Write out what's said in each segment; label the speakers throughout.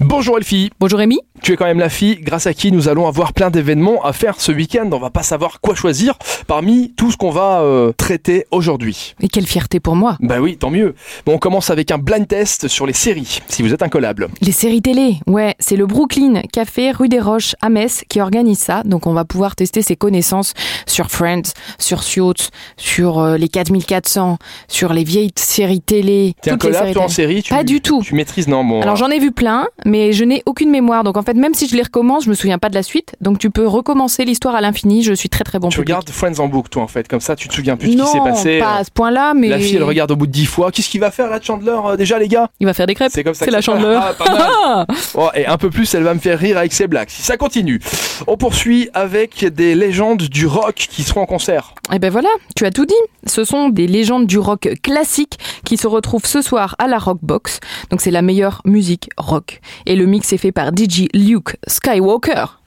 Speaker 1: Bonjour Elfie,
Speaker 2: Bonjour Rémi.
Speaker 1: tu es quand même la fille grâce à qui nous allons avoir plein d'événements à faire ce week-end. On va pas savoir quoi choisir parmi tout ce qu'on va euh, traiter aujourd'hui.
Speaker 2: Et quelle fierté pour moi.
Speaker 1: Bah oui, tant mieux. Bon, on commence avec un blind test sur les séries, si vous êtes incollable.
Speaker 2: Les séries télé. Ouais, c'est le Brooklyn Café rue des Roches à Metz qui organise ça. Donc on va pouvoir tester ses connaissances sur Friends, sur Suits, sur euh, les 4400, sur les vieilles séries télé.
Speaker 1: T'es
Speaker 2: Toutes les
Speaker 1: incollable
Speaker 2: séries
Speaker 1: toi en
Speaker 2: télé.
Speaker 1: série tu,
Speaker 2: Pas du tout.
Speaker 1: Tu maîtrises, non, bon.
Speaker 2: Alors j'en ai vu plein, mais je n'ai aucune mémoire. Donc en fait, même si je les recommence, je me souviens pas de la suite. Donc tu peux recommencer l'histoire à l'infini. Je suis très très bon
Speaker 1: tu
Speaker 2: public.
Speaker 1: regardes Friends en boucle, toi, en fait. Comme ça, tu te souviens plus de ce
Speaker 2: non,
Speaker 1: qui s'est passé. euh,
Speaker 2: pas à ce point-là, mais
Speaker 1: La fille, elle regarde au bout de dix fois. Qu'est-ce qu'il va faire, là, Chandler, euh, déjà, les gars
Speaker 2: il va faire des crêpes.
Speaker 1: C'est comme ça
Speaker 2: C'est
Speaker 1: que
Speaker 2: la
Speaker 1: ça-
Speaker 2: Chandler.
Speaker 1: Ah, pas mal. Oh, et un peu plus, elle va me faire rire avec ses blagues. Si ça continue, on poursuit avec des légendes du rock qui seront en concert.
Speaker 2: Et ben voilà, tu as tout dit. Ce sont des légendes du rock classique qui se retrouvent ce soir à la Rockbox. Donc c'est la meilleure musique rock. Et le mix est fait par DJ Luke Skywalker.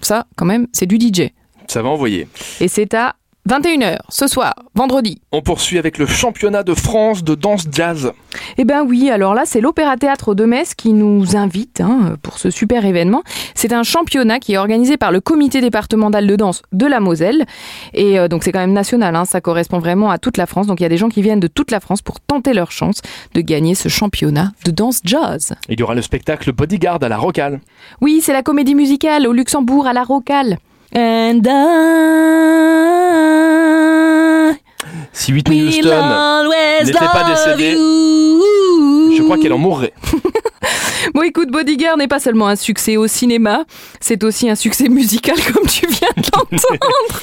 Speaker 2: Ça, quand même, c'est du DJ.
Speaker 1: Ça va envoyer.
Speaker 2: Et c'est à 21h ce soir, vendredi.
Speaker 1: On poursuit avec le championnat de France de danse jazz.
Speaker 2: Eh ben oui, alors là, c'est l'Opéra Théâtre de Metz qui nous invite hein, pour ce super événement. C'est un championnat qui est organisé par le comité départemental de danse de la Moselle. Et euh, donc, c'est quand même national, hein, ça correspond vraiment à toute la France. Donc, il y a des gens qui viennent de toute la France pour tenter leur chance de gagner ce championnat de danse jazz.
Speaker 1: Il y aura le spectacle Bodyguard à la Rocale.
Speaker 2: Oui, c'est la comédie musicale au Luxembourg, à la Rocale. And I
Speaker 1: Si Whitney
Speaker 2: will
Speaker 1: Houston,
Speaker 2: always
Speaker 1: n'était pas
Speaker 2: love
Speaker 1: décédée,
Speaker 2: you.
Speaker 1: je crois qu'elle en mourrait.
Speaker 2: Bon, écoute, Bodyguard n'est pas seulement un succès au cinéma, c'est aussi un succès musical, comme tu viens de l'entendre.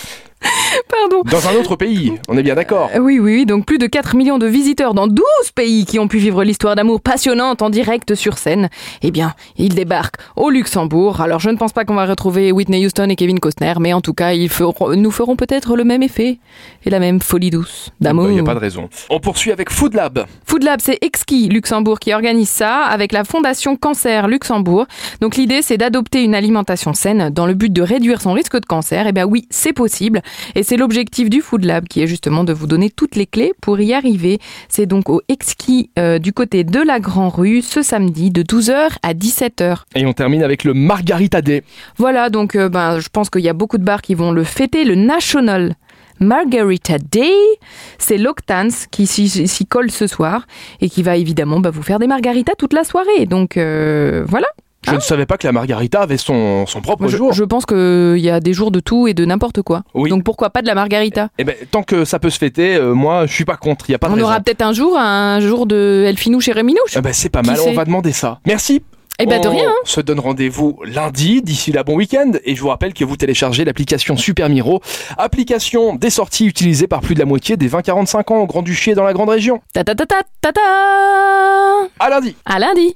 Speaker 2: Pardon.
Speaker 1: Dans un autre pays, on est bien d'accord.
Speaker 2: Euh, Oui, oui, oui, donc plus de 4 millions de visiteurs dans 12 pays qui ont pu vivre l'histoire d'amour passionnante en direct sur scène. Eh bien, ils débarquent au Luxembourg. Alors, je ne pense pas qu'on va retrouver Whitney Houston et Kevin Costner, mais en tout cas, ils feront- nous ferons peut-être le même effet et la même folie douce d'amour.
Speaker 1: Il n'y Ah bah, a pas de raison. On poursuit avec Food Lab.
Speaker 2: Food Lab, c'est Exki Luxembourg qui organise ça avec la Fondation Cancer Luxembourg. Donc l'idée, c'est d'adopter une alimentation saine dans le but de réduire son risque de cancer. Eh bien oui, c'est possible. Et c'est l'objectif du Food Lab qui est justement de vous donner toutes les clés pour y arriver. C'est donc au Exki euh, du côté de la Grand-Rue ce samedi de 12h à 17h.
Speaker 1: Et on termine avec le Margarita Day.
Speaker 2: Voilà, donc euh, ben, je pense qu'il y a beaucoup de bars qui vont le fêter, le National. Margarita Day, c'est l'Octans qui s'y- s'y colle ce soir et qui va évidemment bah, vous faire des margaritas toute la soirée. Donc euh, voilà.
Speaker 1: Je ne savais pas que la Margarita avait son, son propre
Speaker 2: Moi, je,
Speaker 1: jour.
Speaker 2: je pense qu'il y a des jours de tout et de n'importe quoi.
Speaker 1: Oui.
Speaker 2: Donc pourquoi pas de la margarita
Speaker 1: Eh ben, tant que ça peut se fêter, euh, moi, je suis pas contre. Il n'y a pas de
Speaker 2: On
Speaker 1: raison.
Speaker 2: aura peut-être un jour un jour de Elfinouche et Réminouche.
Speaker 1: Eh ben, c'est pas
Speaker 2: Qui
Speaker 1: mal, on
Speaker 2: sait
Speaker 1: va demander ça. Merci.
Speaker 2: Eh ben de
Speaker 1: On
Speaker 2: rien.
Speaker 1: se donne rendez-vous lundi. D'ici là, bon week-end. Et je vous rappelle que vous téléchargez l'application Super Miro, application des sorties utilisée par plus de la moitié des 20-45 ans au Grand-Duché et dans la Grande Région.
Speaker 2: Ta ta ta ta ta ta.
Speaker 1: À lundi.
Speaker 2: À lundi.